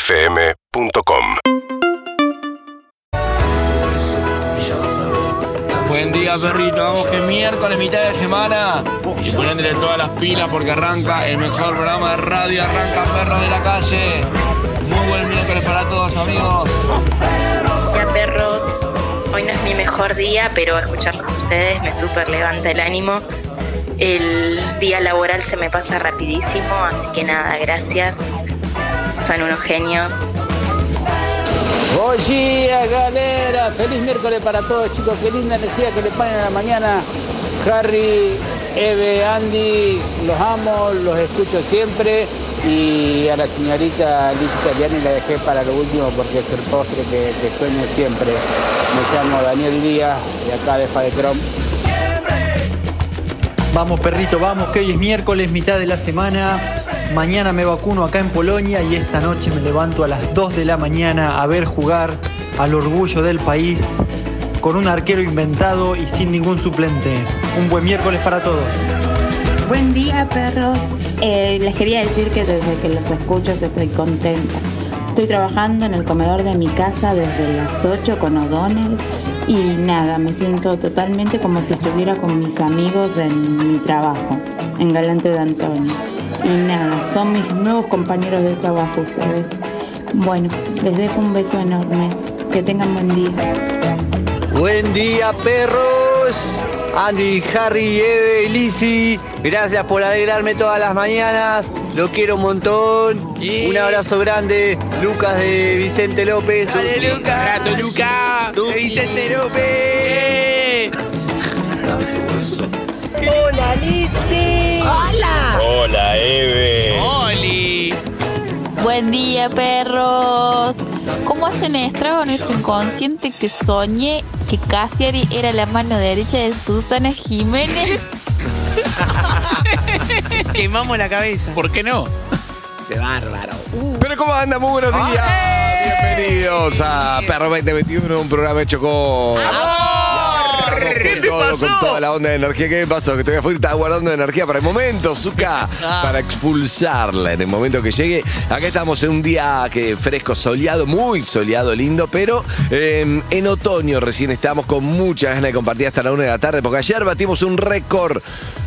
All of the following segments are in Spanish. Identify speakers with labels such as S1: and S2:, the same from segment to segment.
S1: UrbanaPlayFM.com
S2: Buen día, perrito. Vamos que es miércoles, mitad de semana. Y ponéndole todas las pilas porque arranca el mejor programa de radio. Arranca Perros de la Calle. Muy buen miércoles para todos, amigos.
S3: Hola perros, hoy no es mi mejor día, pero escucharlos a ustedes me super levanta el ánimo. El día laboral se me pasa rapidísimo, así que nada, gracias. Son unos genios.
S4: Buen día, galera. Feliz miércoles para todos, chicos. Qué linda energía que le ponen a la mañana. Harry, Eve, Andy, los amo, los escucho siempre. Y a la señorita Liz Italiani la dejé para lo último porque es el postre que, que sueño siempre. Me llamo Daniel Díaz, de acá de Fadecrom.
S5: Vamos perrito, vamos, que hoy es miércoles, mitad de la semana. Mañana me vacuno acá en Polonia y esta noche me levanto a las 2 de la mañana a ver jugar al orgullo del país con un arquero inventado y sin ningún suplente. Un buen miércoles para todos.
S6: Buen día, perros. Eh, les quería decir que desde que los escucho estoy contenta. Estoy trabajando en el comedor de mi casa desde las 8 con O'Donnell y nada, me siento totalmente como si estuviera con mis amigos en mi trabajo, en Galante de Antonio. Y nada, son mis nuevos compañeros de trabajo ustedes. Bueno, les dejo un beso enorme. Que tengan buen día.
S7: Buen día, perros. Andy, Harry, Eve, Lizzy, gracias por alegrarme todas las mañanas. Lo quiero un montón. Un abrazo grande, Lucas de Vicente López.
S8: Abrazo, Luca. De Vicente López.
S9: Hola, Lizzy. Hola.
S10: Hola, Eve.
S8: Oli.
S11: Buen día, perros. ¿Cómo hacen estrago a nuestro inconsciente que soñé que Cassiari era la mano derecha de Susana Jiménez?
S9: Quemamos la cabeza.
S8: ¿Por qué no?
S9: Qué bárbaro.
S12: Pero ¿cómo anda? Muy buenos días. Bienvenidos a Perro 2021, un programa hecho con...
S8: ¡Amor! ¿Qué
S12: con
S8: te
S12: todo,
S8: pasó?
S12: Con toda la onda de energía. ¿Qué me pasó? Que todavía estaba guardando energía para el momento, Zuka.
S8: Ah.
S12: Para expulsarla en el momento que llegue. Acá estamos en un día que fresco, soleado, muy soleado, lindo, pero eh, en otoño recién estamos con muchas ganas de compartir hasta la una de la tarde, porque ayer batimos un récord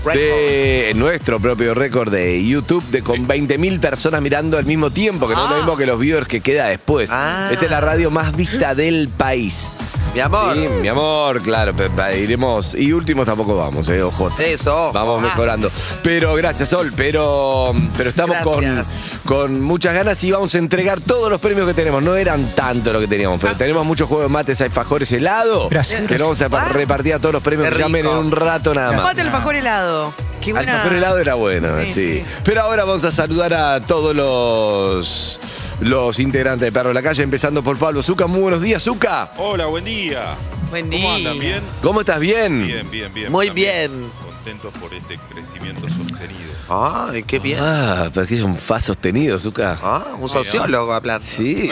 S12: de nuestro propio récord de YouTube de con 20.000 personas mirando al mismo tiempo, que no es
S8: Ah.
S12: lo mismo que los viewers que queda después.
S10: Ah.
S12: Esta es la radio más vista del país.
S10: Mi amor.
S12: Sí, mi amor, claro, pe- pe- iremos. Y últimos tampoco vamos, eh, ojo.
S10: Eso. Ah,
S12: Vamos mejorando. Pero gracias, Sol, pero, pero estamos con,
S10: Gracias.
S12: con muchas ganas y vamos a entregar todos los premios que tenemos. No eran tanto lo que teníamos,
S10: Ah.
S12: pero tenemos muchos juegos de mates, alfajores, helado.
S5: Gracias.
S12: Que lo vamos a pa- repartir a todos los premios
S10: Qué
S12: que llamen en
S10: rico.
S12: un rato nada más.
S9: Tomate el fajor helado. Qué buena.
S12: Alfajor helado era bueno,
S9: Sí,
S12: sí,
S9: sí.
S12: Pero ahora vamos a saludar a todos los los integrantes de Perro de la Calle, empezando por Pablo Zuca. Muy buenos días, Zuca.
S13: Hola, buen día.
S9: Buen día.
S13: ¿Cómo andan? ¿Bien?
S12: ¿Cómo estás? Bien.
S13: Bien, bien, bien.
S10: Muy
S13: También
S10: bien.
S13: Contentos por este crecimiento sostenido.
S10: Ay, qué bien.
S12: Ah, pero aquí es un fa sostenido, Zuca.
S10: Ah, un sociólogo hablando.
S12: Sí.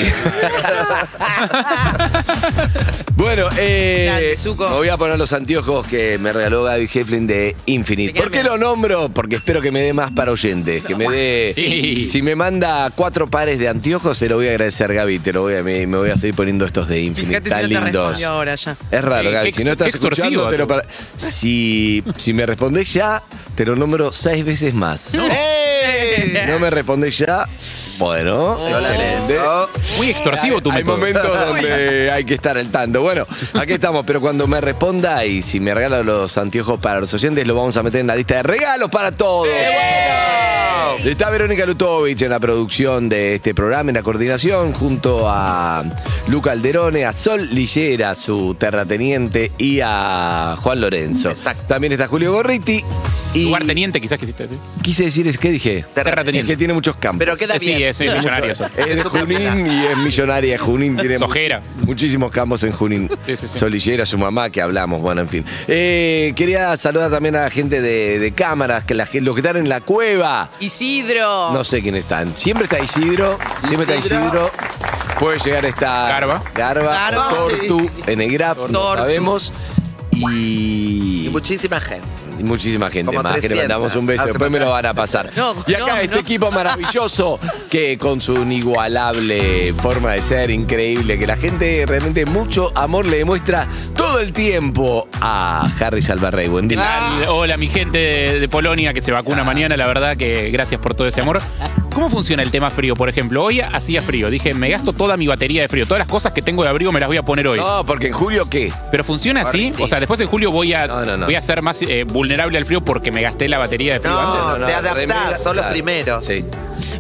S12: bueno, eh,
S9: Grande, Zuko.
S12: me voy a poner los anteojos que me regaló Gaby Heflin de Infinite.
S9: Te quedan
S12: ¿Por qué
S9: bien.
S12: lo nombro? Porque espero que me dé más para oyentes. Que me dé.
S8: Sí.
S12: Si me manda cuatro pares de anteojos, se lo voy a agradecer, Gaby. Te lo voy a, me, me voy a seguir poniendo estos de Infinite.
S9: Fíjate
S12: Tan
S9: si no te
S12: lindos.
S9: respondió ahora ya.
S12: Es raro,
S8: Eh,
S12: Gaby.
S8: qué
S12: Si no
S8: ex-
S12: estás
S8: qué extorsivo,
S12: escuchando, te lo
S8: tú.
S12: para- Si, si me respondés ya, te lo nombro seis veces más.
S10: ¡Ey!
S12: No me respondés ya. Bueno, excelente.
S10: Oh,
S8: Muy extorsivo tu
S12: Hay
S8: método.
S12: momentos donde hay que estar al tanto. Bueno, aquí estamos, pero cuando me responda y si me regala los anteojos para los oyentes, lo vamos a meter en la lista de regalos para todos. Está Verónica Lutovich en la producción de este programa, en la coordinación, junto a Luca Alderone, a Sol Lillera, su terrateniente, y a Juan Lorenzo.
S10: Exacto.
S12: También está Julio Gorriti. Y
S8: Lugar teniente quizás que hiciste. ¿sí?
S12: quise decir, es- ¿qué dije? Es
S8: Terrateniente.
S12: que tiene muchos campos.
S10: Pero queda
S8: Eh,
S10: bien.
S8: Sí, es es millonario eso.
S12: Es de
S10: Es una
S12: Junín y es millonaria. Junín tiene mu-
S8: Sojera.
S12: muchísimos campos en Junín.
S8: Sí, sí, sí.
S12: Solillera, su mamá, que hablamos, bueno, en fin. Eh, quería saludar también a la gente de, de cámaras, que la gen- los que están en la cueva.
S9: Isidro.
S12: No sé quién están. Siempre está Isidro, siempre está Isidro.
S10: Isidro.
S12: Puede llegar esta
S8: Garba.
S12: Garba,
S9: Garba.
S12: Tortu, Enegraf, no
S9: Tortu.
S12: sabemos. Y...
S10: Y muchísima gente.
S12: Muchísima gente
S10: Como Ah,
S12: más que le
S10: 300.
S12: mandamos un beso.
S10: Hace
S12: Después me lo van a pasar.
S10: No,
S12: y acá este equipo maravilloso que con su inigualable forma de ser increíble, que la gente realmente mucho amor le demuestra todo el tiempo a Harry Salvarrey. Buen día.
S10: Ah.
S8: Hola, mi gente de, de Polonia que se vacuna mañana. La verdad que gracias por todo ese amor. ¿Cómo funciona el tema frío? Por ejemplo, hoy hacía frío. Dije, me gasto toda mi batería de frío. Todas las cosas que tengo de abrigo me las voy a poner hoy.
S12: No, porque en julio qué.
S8: Pero funciona así. O sea, después en julio voy a, Voy a ser más eh, vulnerable al frío porque me gasté la batería de frío
S10: No,
S8: antes.
S10: te adaptás, son los
S12: primeros. Sí.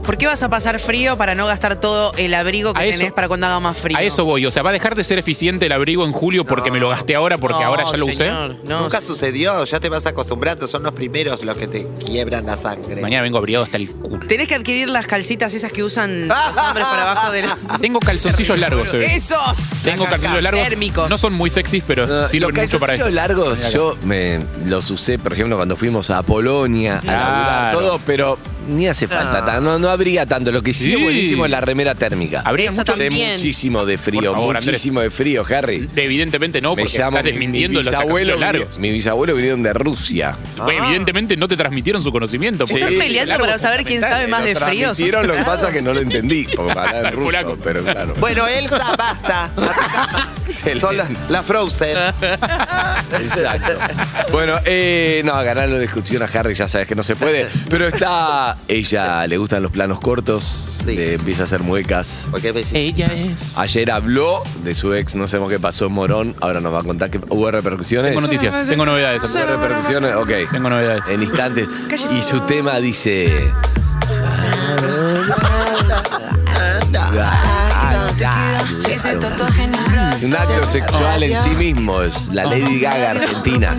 S9: ¿Por qué vas a pasar frío para no gastar todo el abrigo que tenés para cuando haga más frío?
S8: A eso voy. O sea, va a dejar de ser eficiente el abrigo en julio porque me lo gasté ahora porque
S10: No,
S8: ahora ya lo
S10: señor,
S8: usé.
S10: Nunca sucedió, ya te vas acostumbrando, son los primeros los que te quiebran la sangre.
S8: Mañana vengo abrigado hasta el culo.
S9: Tenés que adquirir las calcitas esas que usan los hombres para abajo de la...
S8: Tengo calzoncillos largos. eh.
S9: ¡Esos!
S8: Tengo calzoncillos largos. No son muy sexys, pero sirven mucho para esto.
S12: Los largos, yo me los usé, por ejemplo, cuando fuimos a Polonia, a laburar,
S8: Claro.
S12: todo, pero ni hace falta, tan- no, no abría tanto. Lo que sí, es
S8: Sí.
S12: buenísimo es la remera térmica.
S8: Abría
S12: Hace
S8: mucho. también.
S12: muchísimo de frío,
S8: Por favor, Andrés.
S12: muchísimo de frío, Harry.
S8: Evidentemente no,
S12: Me
S8: porque
S12: llamo
S8: estás
S12: mi-
S8: desmintiendo
S12: mi
S8: los
S12: bisabuelo
S8: calzoncillos
S12: vino-
S8: largos.
S12: Mi bisabuelo vinieron de Rusia.
S8: Bueno, Evidentemente no te transmitieron su conocimiento. porque
S9: Están
S8: los
S9: peleando
S8: largos
S9: para saber quién sabe más de
S12: Lo
S9: frío. son
S12: transmitieron, lo que pasa es que no lo entendí. Porque hablaba en
S8: Al polaco.
S12: ruso, pero claro.
S10: Bueno, Elsa, basta. son las la Frozen.
S12: Exacto. Bueno, eh, no, ganar la discusión a Harry ya sabes que no se puede. Pero está. Ella le gustan los planos cortos. le empieza a hacer muecas.
S8: Ella es.
S12: Ayer habló de su ex, no sabemos qué pasó en Morón. Ahora nos va a contar que hubo repercusiones.
S8: Tengo noticias, tengo novedades.
S12: Hubo repercusiones, ok.
S8: Tengo novedades.
S12: En instantes. Y su tema dice. Un acto sexual en sí mismo, es la Lady Gaga argentina.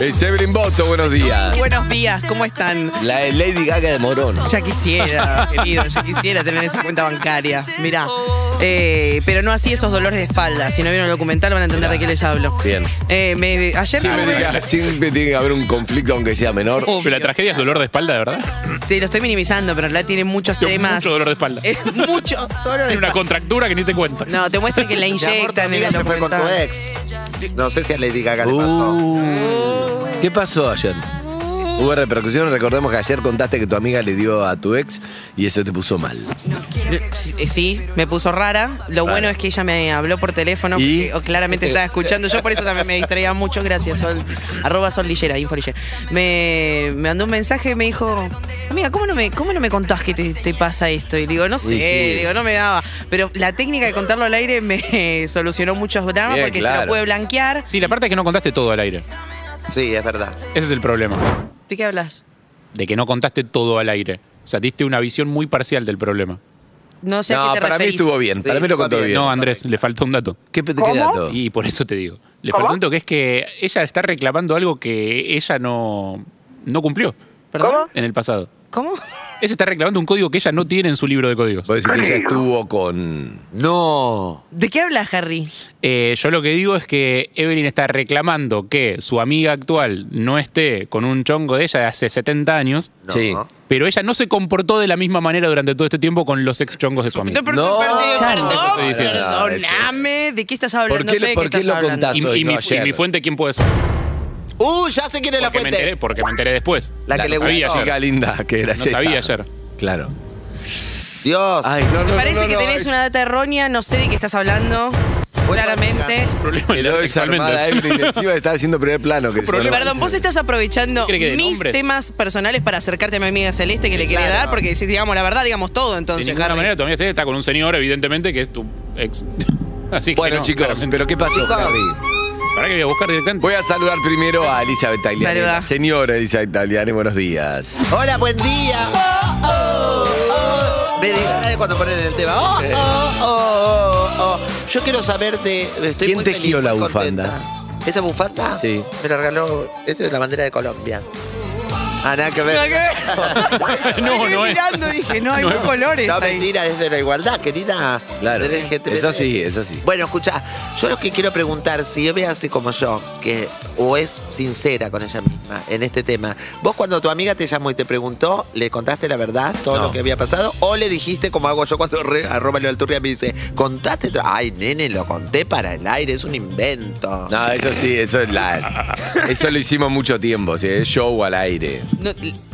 S12: Eh, Severin Boto, buenos días.
S9: Buenos días, ¿cómo están?
S12: La Lady Gaga de Morón.
S9: Ya quisiera, querido, ya quisiera tener esa cuenta bancaria. Mirá. eh, pero no así esos dolores de espalda. Si no vieron el documental van a entender de qué les hablo.
S12: Bien.
S9: Eh, me- ayer
S12: Siempre,
S9: me-
S12: tiene que- siempre tiene que haber un conflicto, aunque sea menor.
S8: Pero la tragedia es dolor de espalda, de verdad.
S9: Sí, lo estoy minimizando, pero en realidad tiene muchos temas.
S8: Mucho dolor de espalda.
S9: Eh, mucho dolor de
S8: Tiene una
S9: espalda.
S8: contractura que ni te cuento.
S9: No, te muestran que la
S10: Mi amor, tu
S9: inyectan. en
S10: amiga
S9: el
S10: se fue con tu
S9: documental.
S10: ex. No sé si a Lady Gaga
S12: Uh.
S10: le pasó.
S12: ¿Qué pasó ayer? Hubo repercusiones, recordemos que ayer contaste que tu amiga le dio a tu ex y eso te puso mal.
S9: Eh, Sí, me puso rara. Lo bueno es que ella me habló por teléfono
S12: ¿Y?
S9: porque- o claramente
S8: Eh,
S9: estaba escuchando. Yo por eso también me distraía mucho. Gracias, Sol. Arroba Sol Lillera, Info Lillera. Me, me mandó un mensaje y me dijo, amiga, ¿cómo no me, cómo no me contás que te, te pasa esto? Y le digo, no sé,
S6: Uy, sí.
S9: le digo, no me daba. Pero la técnica de contarlo al aire me solucionó muchos dramas
S8: Bien,
S9: porque se
S8: claro.
S9: lo puede blanquear.
S8: Sí, la parte es que no contaste todo al aire.
S10: Sí, es verdad.
S8: Ese es el problema.
S9: ¿De qué hablas?
S8: De que no contaste todo al aire. O sea, diste una visión muy parcial del problema.
S9: No sé a qué te referís.
S8: No, Andrés, le faltó un dato.
S12: ¿Qué,
S9: ¿Cómo? dato?
S8: Y por eso te digo. Le
S9: ¿Cómo?
S8: faltó un dato que es que ella está reclamando algo que ella no, no cumplió. En el pasado.
S9: ¿Cómo?
S8: Ella está reclamando un código que ella no tiene en su libro de códigos.
S12: Vos decís que ella estuvo con.
S10: No.
S9: ¿De qué hablas, Harry?
S8: Eh, yo lo que digo es que Evelyn está reclamando que su amiga actual no esté con un chongo de ella de hace 70 años.
S12: Sí.
S8: Pero ella no se comportó de la misma manera durante todo este tiempo con los ex chongos de su amiga.
S9: No, perdón,
S8: Eso estoy diciendo.
S9: perdóname. ¿De qué estás hablando? no sé de qué estás hablando.
S8: Y, y mi, y mi fuente, ¿quién puede ser?
S10: Uh, ya sé quién es la
S8: Porque me
S10: fuente.
S8: enteré, porque me enteré después.
S10: La que
S8: no
S10: le
S8: sabía
S10: gustó.
S8: ayer.
S12: Chica linda, que era
S8: No
S12: esta.
S8: sabía ayer.
S12: Claro.
S10: Dios.
S12: Ay, no, no,
S9: Me
S12: no,
S9: parece
S12: no,
S9: que
S12: no,
S9: tenés
S12: es-
S9: una data errónea, no sé de qué estás hablando. Claramente.
S12: Quedó desarmada Evelyn encima está haciendo primer plano. Que se fue
S9: Perdón, vos estás aprovechando
S12: ¿Cree que de
S9: mis
S12: nombre?
S9: temas personales para acercarte a mi amiga Celeste que le querés
S8: Claro.
S9: dar, porque decís, digamos, la verdad, digamos todo
S8: De
S9: entonces.
S8: ninguna
S9: Harry.
S8: manera, todavía está con un señor, evidentemente, que es tu ex. Así que
S12: Bueno,
S8: no,
S12: chicos,
S8: claramente.
S12: pero ¿qué pasó,
S8: Chicos.
S12: Harry?
S8: Pará que voy a buscar directamente.
S12: Voy a saludar primero a Elizabeth Tagliani.
S10: Saluda.
S12: Señora Elizabeth Tagliani, buenos días.
S10: Hola, buen día. Oh, oh, oh. Me diga, eh, cuando ponen el tema. Oh, oh, oh, oh, oh. Yo quiero saberte. Estoy
S12: ¿Quién
S10: muy
S12: tejió
S10: feliz,
S12: la
S10: muy
S12: bufanda?
S10: contenta. ¿Esta bufanda?
S12: Sí.
S10: Me la regaló. Esta es la bandera de Colombia. Ah, nada que ver.
S9: Nada que ver. Me quedé mirando y dije, no, hay más colores.
S10: No,
S9: ahí.
S10: mentira, es de la igualdad, querida.
S12: Claro,
S10: Tenés gente-
S12: eso sí, eso sí.
S10: Bueno, escucha, yo lo que quiero preguntar, si ella hace como yo, que o es sincera con ella misma en este tema, vos cuando tu amiga te llamó y te preguntó, ¿le contaste la verdad, todo
S12: No.
S10: lo que había pasado? ¿O le dijiste como hago yo cuando re, arroba Leo Alturria me dice, contaste? tra- Ay, nene, lo conté para el aire, es un invento.
S12: No, eso sí, eso es la. Eso lo hicimos mucho tiempo, sí, es show al aire.
S9: No,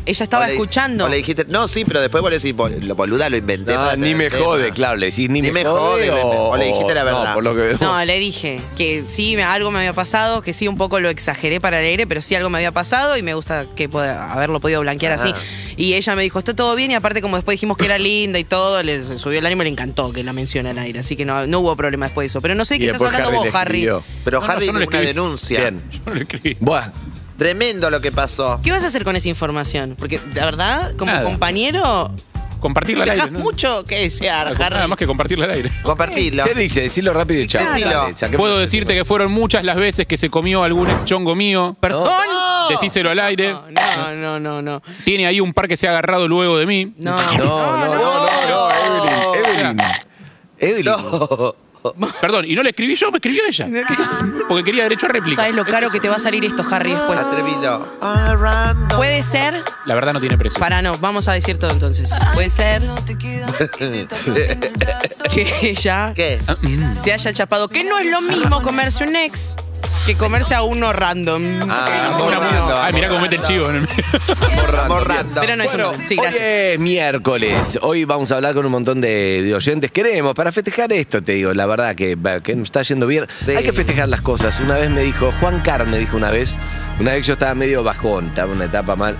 S9: ella estaba
S10: O le-
S9: escuchando.
S10: o le dijiste, no, sí, pero después vos le decís, "Bol- lo boluda, lo inventé.
S12: No,
S10: para
S12: ni
S10: tener
S12: me
S10: tema".
S12: jode, claro, le decís ni,
S10: Ni me jode,
S12: o,
S10: me- o le dijiste la
S12: no,
S10: verdad.
S12: por lo que vemos.
S9: No, le dije que sí, me- algo me había pasado, que sí, un poco lo exageré para el aire, pero sí, algo me había pasado y me gusta que pueda- haberlo podido blanquear
S10: Ajá.
S9: así. Y ella me dijo, está todo bien, y aparte como después dijimos que era linda y todo, le subió el ánimo y le encantó que la menciona al aire, así que no, no hubo problema después de eso. Pero no sé de
S12: Y
S9: qué estás
S12: después
S9: hablando
S12: Harry
S9: vos,
S12: le
S9: Harry.
S12: escribió.
S10: Pero
S8: No, no,
S10: Harry
S8: yo no
S10: hizo
S8: le
S10: una
S8: escribí.
S10: denuncia.
S12: Bien.
S8: Yo no le escribí.
S12: Buah,
S10: Tremendo lo que pasó.
S9: ¿Qué vas a hacer con esa información? Porque la verdad, como
S8: Nada.
S9: compañero,
S8: Compartirla al aire.
S9: dejas
S8: ¿no?
S9: mucho que desear,
S8: Nada
S9: Harry.
S8: más que compartirla al aire.
S10: Compartirlo.
S12: ¿Qué dice? Decirlo rápido y chao.
S10: Decilo.
S12: Dale, saquemos
S8: Puedo
S12: el
S8: decirte
S12: tema.
S8: que fueron muchas las veces que se comió algún ex chongo mío.
S9: Perdón.
S8: Decíselo al aire.
S9: No, no, no, no, no.
S8: Tiene ahí un par que se ha agarrado luego de mí.
S9: No,
S12: No, no, no, no, no, Evelyn, Evelyn. Evelyn.
S8: Perdón, y no le escribí yo, me escribió ella. Porque quería derecho a réplica.
S9: ¿Sabes lo
S8: Es
S9: caro
S8: eso.
S9: que te va a salir esto, Harry, después?
S10: Atrevido.
S9: Puede ser.
S8: La verdad no tiene precio.
S9: Para no, vamos a decir todo entonces. Puede ser que ella
S10: ¿Qué?
S9: se haya chapado. Que no es lo mismo comerse un ex que comerse a uno random.
S12: Ah,
S9: Que-
S12: bueno.
S10: Borrando.
S8: Ay, mirá cómo mete el chivo. en el-
S10: Borrando.
S9: Pero no es
S12: Bueno,
S9: uno. Sí,
S12: hoy
S9: gracias.
S12: es miércoles. Hoy vamos a hablar con un montón de, de oyentes. Queremos, para festejar esto, te digo, la verdad que, que nos está yendo bien.
S10: Sí.
S12: Hay que festejar las cosas. Una vez me dijo, Juan Car me dijo una vez, una vez yo estaba medio bajón, estaba en una etapa mal.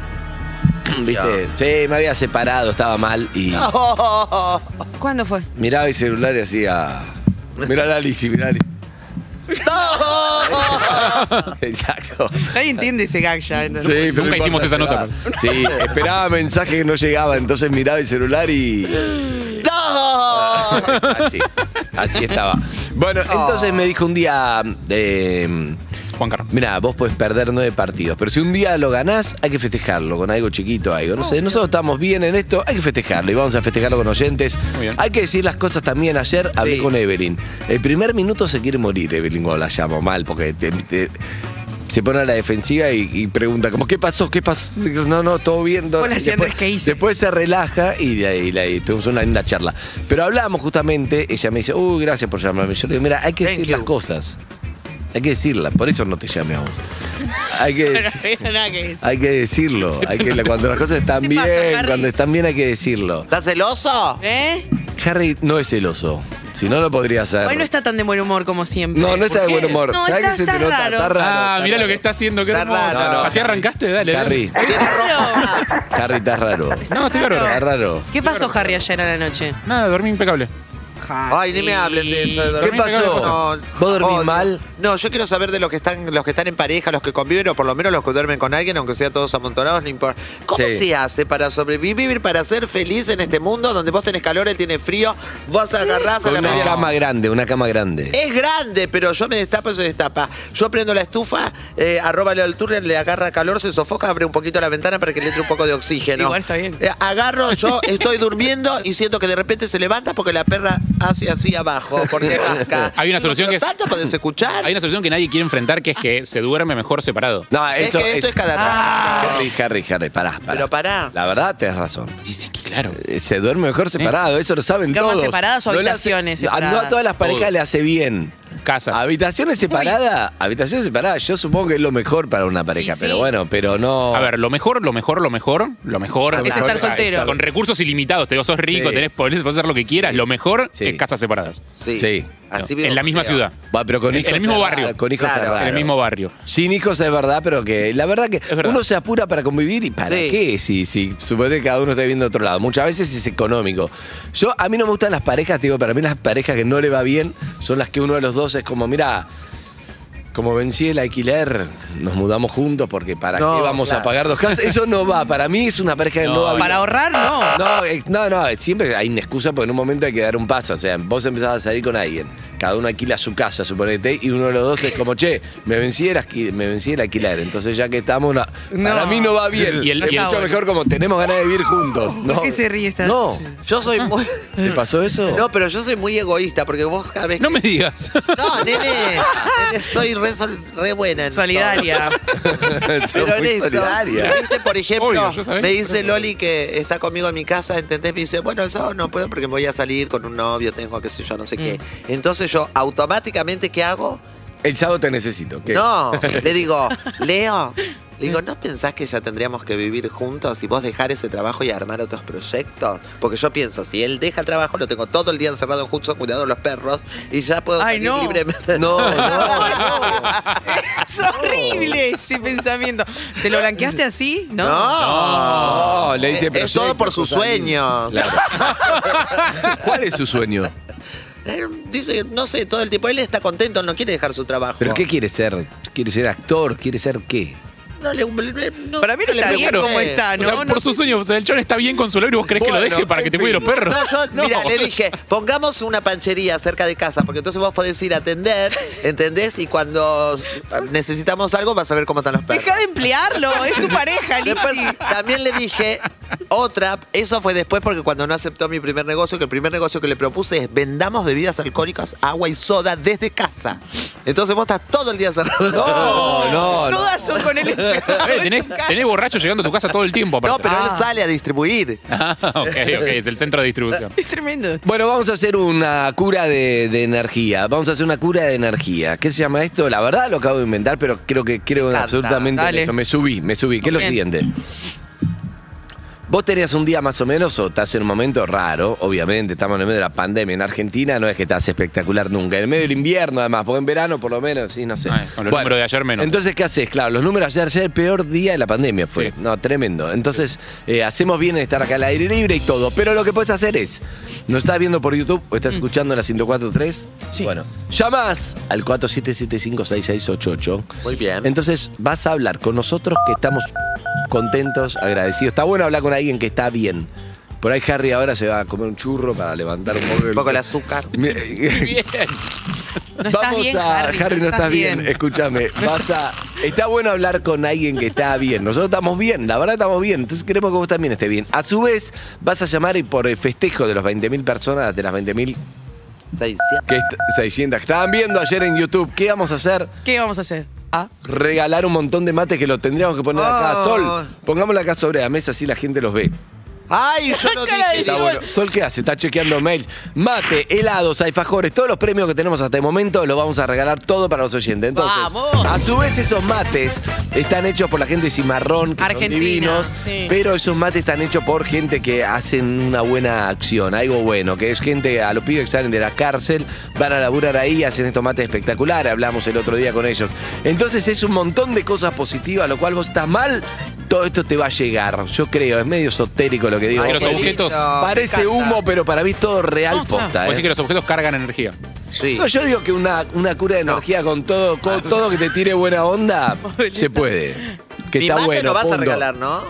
S12: ¿Viste? Sí, me había separado, estaba mal y
S10: Oh,
S9: ¿Cuándo fue?
S12: miraba el celular y hacía. Mirá la Lisi, mirá la Lisi". Exacto.
S9: Nadie entiende ese gag ya. ¿entendés?
S12: Sí, pero no
S8: Nunca hicimos esa nota,
S12: esperaba. Sí, esperaba mensaje que no llegaba, entonces miraba el celular y. Ah,
S10: no.
S12: Así, así estaba. Bueno,
S8: Ah.
S12: entonces me dijo un día. Eh,
S8: Juan Carlos.
S12: Mirá, vos podés perder nueve partidos, pero si un día lo ganás, hay que festejarlo con algo chiquito, algo. No sé, nosotros estamos bien en esto, hay que festejarlo y vamos a festejarlo con oyentes.
S8: Muy bien.
S12: Hay que decir las cosas también. Ayer hablé
S10: Sí.
S12: con Evelyn. El primer minuto se quiere morir, Evelyn, cuando la llamo mal, porque te- te- se pone a la defensiva y, y pregunta, como, ¿qué pasó? ¿Qué pasó? Y digo, No, no, todo bien. no".
S9: Hola,
S12: Y
S9: sí, Andrés, ¿qué hice?
S12: Después se relaja y, de ahí- la- y tuvimos una linda charla. Pero hablamos justamente, ella me dice, uy, gracias por llamarme. Yo le digo, mira, hay que
S10: Thank
S12: decir
S10: you.
S12: las cosas. Hay que decirla, por eso no te llamé a vos. Hay que,
S9: Pero
S12: dec-
S9: no había nada que decir.
S12: hay que decirlo. Hay que, cuando las cosas están
S9: ¿Qué te
S12: bien,
S9: pasa, Harry?
S12: cuando están bien hay que decirlo.
S10: ¿Estás celoso?
S9: ¿Eh?
S12: Harry no es celoso. Si no, lo podría hacer.
S9: Hoy no está tan de buen humor como siempre.
S12: no, no está de
S9: ¿Por qué?
S12: buen humor.
S9: No,
S12: ¿Sabés
S9: está,
S12: que se te
S9: está
S12: nota?
S9: raro.
S12: Está raro.
S8: Ah,
S12: está
S8: mirá lo
S12: raro.
S8: que está haciendo, qué
S10: Está
S8: hermoso.
S10: raro.
S8: Así arrancaste, dale.
S12: Harry,
S8: dale.
S10: Tiene roja.
S12: Harry, estás raro.
S8: No, estoy bárbaro.
S12: Estás raro.
S9: ¿Qué pasó, Harry, ayer a la noche?
S8: Nada, dormí impecable.
S10: Ay, ni me hablen de eso. de dormir.
S12: ¿Qué pasó? ¿Vos dormís
S10: odio.
S12: mal?
S10: No, yo quiero saber de los que están, los que están en pareja, los que conviven, o por lo menos los que duermen con alguien, aunque sea todos amontonados, no importa. ¿Cómo
S12: Sí.
S10: se hace para sobrevivir, para ser feliz en este mundo donde vos tenés calor, él tiene frío, vos agarrás a
S12: Con
S10: la
S12: una
S10: media?
S12: cama grande, una cama grande.
S10: Es grande, pero yo me destapo y se destapa. Yo prendo la estufa, eh, arroba Leo Alturria, le agarra calor, se sofoca, abre un poquito la ventana para que le entre un poco de oxígeno.
S9: Igual está bien.
S10: Eh, agarro, yo estoy durmiendo y siento que de repente se levanta porque la perra hace así abajo, porque rasca.
S8: Hay una
S10: Digo,
S8: solución
S10: "¿Pero
S8: que es-
S10: tanto podés escuchar?
S8: Hay una solución que nadie quiere enfrentar, que es que se duerme mejor separado.
S12: No,
S10: Es
S12: eso Ah.
S10: que esto es cada tanto.
S12: Harry, Harry, Harry, pará, pará.
S10: Pero pará.
S12: La verdad, tenés razón.
S8: Y sí, que claro. Eh.
S12: Eh, Se duerme mejor separado, eso lo saben
S9: Camas
S12: todos.
S9: separadas o
S12: No le hace-
S9: habitaciones
S12: no,
S9: separadas.
S12: No a todas las parejas
S8: Todo.
S12: le hace bien.
S8: Casas.
S12: Habitaciones separadas, habitaciones separadas, yo supongo que es lo mejor para una pareja,
S9: sí.
S12: pero bueno, pero no.
S8: A ver, lo mejor, lo mejor, lo mejor, lo mejor.
S12: Es
S8: lo
S9: estar
S8: mejor-
S9: soltero.
S8: Con recursos ilimitados, te digo, sos rico,
S12: Sí.
S8: tenés podés hacer lo que quieras. Lo mejor
S12: Sí.
S8: es casas separadas.
S10: Sí.
S12: Sí.
S10: Así
S8: en la
S10: vivo,
S8: misma
S10: creo.
S8: ciudad.
S12: Va, pero con
S8: En-
S12: hijos
S8: en el mismo
S12: es
S8: barrio.
S12: raro, Con hijos
S10: Claro,
S12: es
S10: en el
S8: En el
S12: raro.
S8: mismo barrio.
S12: Sin hijos es verdad, pero que la verdad que
S8: verdad.
S12: uno se apura para convivir y para
S10: Sí.
S12: qué si, si supone que cada uno está viviendo a otro lado. Muchas veces es económico. Yo a mí no me gustan las parejas, te digo, para mí las parejas que no le va bien son las que uno de los dos es como, mira, Como vencí el alquiler, nos mudamos juntos porque ¿para
S10: No,
S12: qué vamos
S10: claro.
S12: a pagar dos casas? Eso no va. Para mí es una pareja que no,
S10: No.
S12: va
S9: Para ahorrar, no.
S12: No, eh, no, no, siempre hay una excusa porque en un momento hay que dar un paso. O sea, vos empezás a salir con alguien, cada uno alquila su casa, suponete, y uno de los dos es como, che, me vencí el, alqui- me vencí el alquiler. Entonces ya que estamos, no-
S9: No.
S12: para mí no va bien.
S8: Y el-
S12: es
S8: y el-
S12: mucho mejor como tenemos ganas de vivir juntos.
S9: ¿Por
S12: No,
S9: qué se ríe esta?
S12: no.
S9: Sí.
S10: Yo soy muy.
S12: ¿te pasó eso?
S10: No, pero yo soy muy egoísta porque vos cada vez.
S8: No me digas.
S10: No, nene. nene, soy re, sol- re buena. En
S9: Solidaria.
S10: todo.
S12: Soy
S10: Pero
S12: muy
S10: en esto,
S12: solidaria.
S10: ¿viste? por ejemplo,
S8: Obvio, yo sabía.
S10: me dice Loli que está conmigo en mi casa, ¿entendés? Me dice, bueno, eso no puedo porque voy a salir con un novio, tengo qué sé yo, no sé qué.
S8: Mm.
S10: Entonces yo automáticamente, ¿qué hago?
S12: El sábado te necesito. ¿qué?
S10: No, le digo, Leo, le digo, ¿no pensás que ya tendríamos que vivir juntos y vos dejar ese trabajo y armar otros proyectos? Porque yo pienso, si él deja el trabajo, lo tengo todo el día encerrado juntos cuidando a los perros y ya puedo
S9: Ay,
S10: salir
S9: no.
S10: libremente.
S12: No,
S9: Es horrible ese pensamiento. ¿Te lo blanqueaste así? No.
S10: No.
S12: No, Ah, le dice
S10: Es- es todo por su
S12: proyecto, salí.
S10: sueño.
S12: Claro. ¿Cuál es su sueño?
S10: Él Dice, no sé, todo el tiempo, él está contento, no quiere dejar su trabajo.
S12: ¿Pero qué quiere ser? ¿Quiere ser actor? ¿Quiere ser qué?
S10: No le- no-
S9: Para mí no
S10: le
S9: está bien
S10: pregunté.
S9: como está,
S8: O
S9: ¿no?
S8: sea, Ah, por
S9: No
S8: sus sueños, o sea, el chon está bien con su logro y vos crees que lo
S12: Bueno,
S8: deje para
S12: en
S8: que te cuide los
S12: fin.
S8: perros.
S10: No, yo,
S8: No.
S10: mira, le dije, pongamos una panchería cerca de casa, porque entonces vos podés ir a atender, ¿entendés? Y cuando necesitamos algo, vas a ver cómo están los perros.
S9: Deja de emplearlo, es tu pareja,
S10: Después,
S9: Lizzy.
S10: también le dije otra, eso fue después porque cuando no aceptó mi primer negocio, que el primer negocio que le propuse es vendamos bebidas alcohólicas, agua y soda desde casa. Entonces vos estás todo el día cerrado.
S12: No, no, no.
S9: Todas son con él.
S8: Eh, tenés, tenés borracho llegando a tu casa todo el tiempo.
S10: No,
S8: aparte.
S10: pero
S9: Ah.
S10: él sale a distribuir.
S8: Ah, ok, ok, es el centro de distribución.
S9: Es tremendo.
S12: Bueno, vamos a hacer una cura de, de energía. Vamos a hacer una cura de energía. ¿Qué se llama esto? La verdad lo acabo de inventar, pero creo que creo
S10: encanta.
S12: absolutamente en
S9: Dale.
S12: eso. Me subí, me subí. ¿Qué es lo
S9: Bien.
S12: siguiente? Vos tenías un día más o menos, o estás en un momento raro, obviamente, estamos en el medio de la pandemia en Argentina, no es que estás espectacular nunca. En medio del invierno, además, porque en verano, por lo menos, sí, no sé.
S8: Ah, con los números de ayer menos.
S12: Entonces, ¿qué haces? Claro, los números de ayer, ayer el peor día de la pandemia fue.
S8: Sí.
S12: No, tremendo. Entonces, eh, hacemos bien en estar acá al aire libre y todo. Pero lo que puedes hacer es, nos estás viendo por YouTube o estás escuchando en la 104.3.
S9: Sí.
S12: Bueno, llamás al 47756688.
S10: Muy bien.
S12: Entonces vas a hablar con nosotros que estamos contentos, agradecidos. Está bueno hablar con alguien que está bien. Por ahí Harry ahora se va a comer un churro para levantar un poco el...
S10: Un poco el azúcar.
S12: Mi-
S8: Bien.
S9: No estás
S12: Vamos
S9: bien,
S12: a.
S9: Harry,
S12: no estás bien.
S9: bien.
S12: Escúchame. Vas a. Está bueno hablar con alguien que está bien. Nosotros estamos bien, la verdad estamos bien. Entonces queremos que vos también estés bien. A su vez, vas a llamar y por el festejo de los 20.000 personas, de las 20.000
S10: 600.
S12: que est- 600 que estaban viendo ayer en YouTube, ¿qué vamos a hacer?
S9: ¿Qué vamos a hacer? Ah,
S12: Regalar un montón de mates que los tendríamos que poner acá.
S10: Oh.
S12: Sol, pongámosla acá sobre la mesa así la gente los ve.
S10: Ay, yo lo
S9: Cara de
S10: dije.
S12: Está bueno. Sol, ¿qué hace? Está chequeando mails. Mate, helados, alfajores, todos los premios que tenemos hasta el momento los vamos a regalar todo para los oyentes. Entonces,
S9: ¡Vamos!
S12: a su vez esos mates están hechos por la gente de Cimarrón, que son
S9: Argentina,
S12: divinos,
S9: sí.
S12: pero esos mates están hechos por gente que hacen una buena acción, algo bueno, que es gente, a los pibes que salen de la cárcel, van a laburar ahí, hacen estos mates espectaculares, hablamos el otro día con ellos. Entonces es un montón de cosas positivas, lo cual vos estás mal, todo esto te va a llegar, yo creo, es medio esotérico lo que digo.
S8: Ay,
S12: Vos
S8: los
S12: podés-
S8: objetos.
S10: No, Ah, me
S12: Parece
S10: encanta.
S12: humo, pero para mí es todo real posta.
S8: Vos decís que
S12: ¿eh?
S8: los objetos cargan energía.
S10: Sí.
S12: No, yo digo que una, una cura de energía con todo con todo que te tire buena onda se puede. Que
S10: Mi
S12: está
S10: mate
S12: bueno.
S10: no vas a
S12: punto.
S10: regalar, ¿no?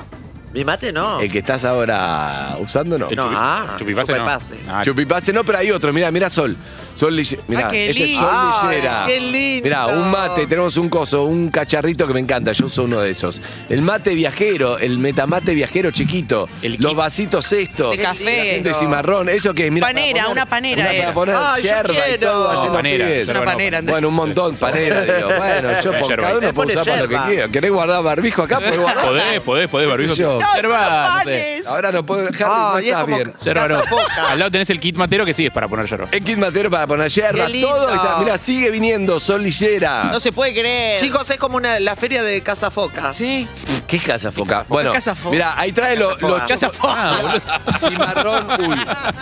S10: Mi mate no.
S12: El que estás ahora usando no.
S8: El
S10: No,
S8: chupi-
S10: ah,
S8: el chupipase no.
S10: chupipase.
S8: Ah,
S12: Chupipase no, pero hay otro. Mira, mira Sol. Sol Lige- Mirá,
S9: Ah, qué
S12: este es
S9: lindo.
S12: Sol
S10: Ay,
S12: Lillera.
S10: qué lindo.
S12: Mirá, un mate, tenemos un coso, un cacharrito que me encanta. Yo uso uno de esos. El mate viajero, el metamate viajero chiquito.
S8: El kit.
S12: los vasitos estos.
S9: De café.
S12: La gente cimarrón. Eso que es, mirá, para
S9: Panera, una panera
S12: una para
S9: es.
S12: poner
S10: Ay, yo
S12: yerba y
S10: quiero.
S12: todo, así
S8: No,
S12: los
S8: panera,
S12: pibes.
S9: es una
S8: Yerba no,
S9: panera, Andrés.
S12: Bueno, un montón, panera, digo. Bueno, yo
S8: Yerba.
S12: por cada uno
S10: Le
S12: puedo
S10: pone
S12: usar para lo que
S10: yerba.
S12: quiera. ¿Querés guardar barbijo acá? Podés guardar.
S8: Podés, podés, podés, barbijo.
S12: sé yo.
S9: No, son
S8: Yerba, no sé.
S9: panes.
S12: Ahora no puedo. Harry, no
S10: Ay, es
S12: estás
S10: como
S12: bien.
S8: Yerba
S10: Casa
S8: no.
S10: Foca.
S8: Al lado tenés el kit matero que sí es para poner yerba.
S12: El kit matero para poner yerba,
S10: Qué lindo.
S12: todo. Está, mira, sigue viniendo, Sol Lillera.
S9: no se puede creer.
S10: Chicos, es como una, la feria de Casa Foca.
S9: Sí.
S12: ¿Qué es Casa Foca? Bueno,
S9: Casa Foca.
S12: mira, ahí trae los
S10: Foca. Casa
S8: Ah, boludo.
S12: Cimarrón, uy.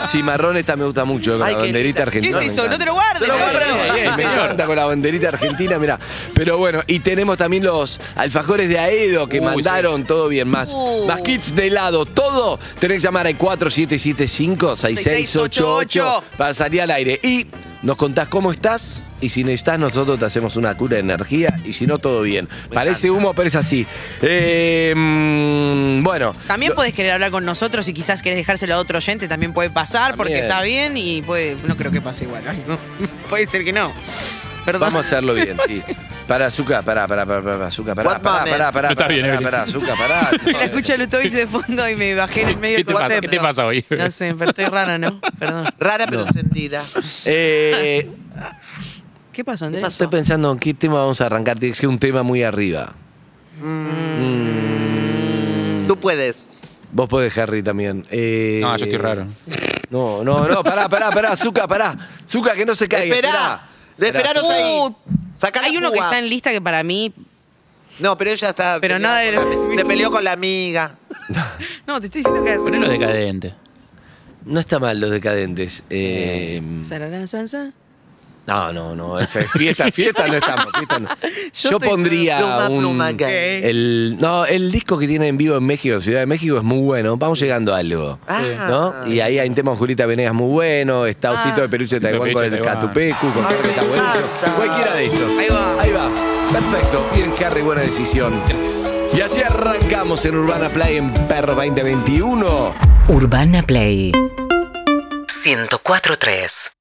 S12: Cimarrón, esta me gusta mucho, con
S10: Ay,
S12: la
S10: qué
S12: banderita
S10: linda.
S9: ¿Qué
S12: argentina.
S9: es
S12: me
S9: eso? No
S12: encanta.
S9: te lo guardes.
S10: No
S9: No
S10: lo guardes,
S12: Sí,
S10: sí,
S12: me
S10: señor.
S12: encanta con la banderita argentina, mira. Pero bueno, y tenemos también los alfajores de Aedo que
S8: Uy,
S12: mandaron, todo bien, más,
S9: Uh.
S12: más kits de helado, todo. Tenés que llamar al 4775-6688
S9: 6688.
S12: para salir al aire. Y nos contás cómo estás y si necesitas nosotros te hacemos una cura de energía y si no, todo bien. Parece humo, pero es así. Eh, mm, bueno,
S9: También podés querer hablar con nosotros y quizás querés dejárselo a otro oyente, también puede pasar porque
S12: También.
S9: está bien y puede. No creo que pase igual. Ay, no. Puede ser que no. Perdón.
S12: Vamos a hacerlo bien, sí. Pará, Zuka, pará, pará, pará, pará, Zuka, pará,
S9: What
S12: pará,
S9: moment?
S12: pará, pará,
S8: Está
S12: pará,
S8: bien,
S12: pará,
S8: Evelyn.
S12: pará, Zuka, pará.
S9: La escucha Lutovic de fondo y me bajé en el medio
S8: ¿Qué
S9: del
S8: te pasa, ¿Qué te
S9: concepto.
S8: pasa hoy?
S9: No sé, pero estoy rara, ¿no? Perdón.
S10: Rara pero
S12: No.
S10: sentida.
S12: Eh,
S9: ¿Qué pasó, Andrés?
S12: estoy pensando en qué tema vamos a arrancar, tiene que ser un tema muy arriba.
S10: Tú puedes.
S12: Vos podés, Harry, también. Eh,
S8: No, yo estoy raro.
S12: No, no, no, pará, pará, pará, Zuka, pará. Zuka, que no se caiga.
S10: Esperá.
S12: esperá.
S10: Esperanos ahí.
S9: Uh,
S10: Sacá la
S9: Hay uno que
S10: púa.
S9: está en lista que para mí.
S10: No, pero ella está.
S9: Pero
S10: peleada
S9: nada
S10: con
S9: de-
S10: la- Se peleó con la amiga.
S9: No, te estoy diciendo que.
S8: Ponelo decadente.
S12: No está mal los decadentes. eh,
S9: Sararán, sansa.
S12: no, no, no. esa es eh, fiesta, fiesta no estamos. Fiesta no. Yo,
S10: estoy-
S12: pondría
S10: Pluma,
S12: un.
S10: pluma, gay.
S12: El, no, el disco que tiene en vivo en México, Ciudad de México, es muy bueno. Vamos llegando a algo.
S10: Ah.
S12: ¿no? Y ahí hay un tema con Julita Venegas muy bueno. Está Osito de Peruche de Taiwán
S8: Peruche
S12: con
S8: de
S12: el
S8: Taiwán.
S12: Catupecu, con
S10: Ay,
S12: Torre, está
S10: me
S12: buenísimo.
S10: encanta.
S12: Cualquiera de esos.
S9: Ahí va.
S12: Ahí va. Perfecto. Bien, Harry, buena decisión. Y así arrancamos en Urbana Play en Perro 2021.
S14: Urbana Play 104.3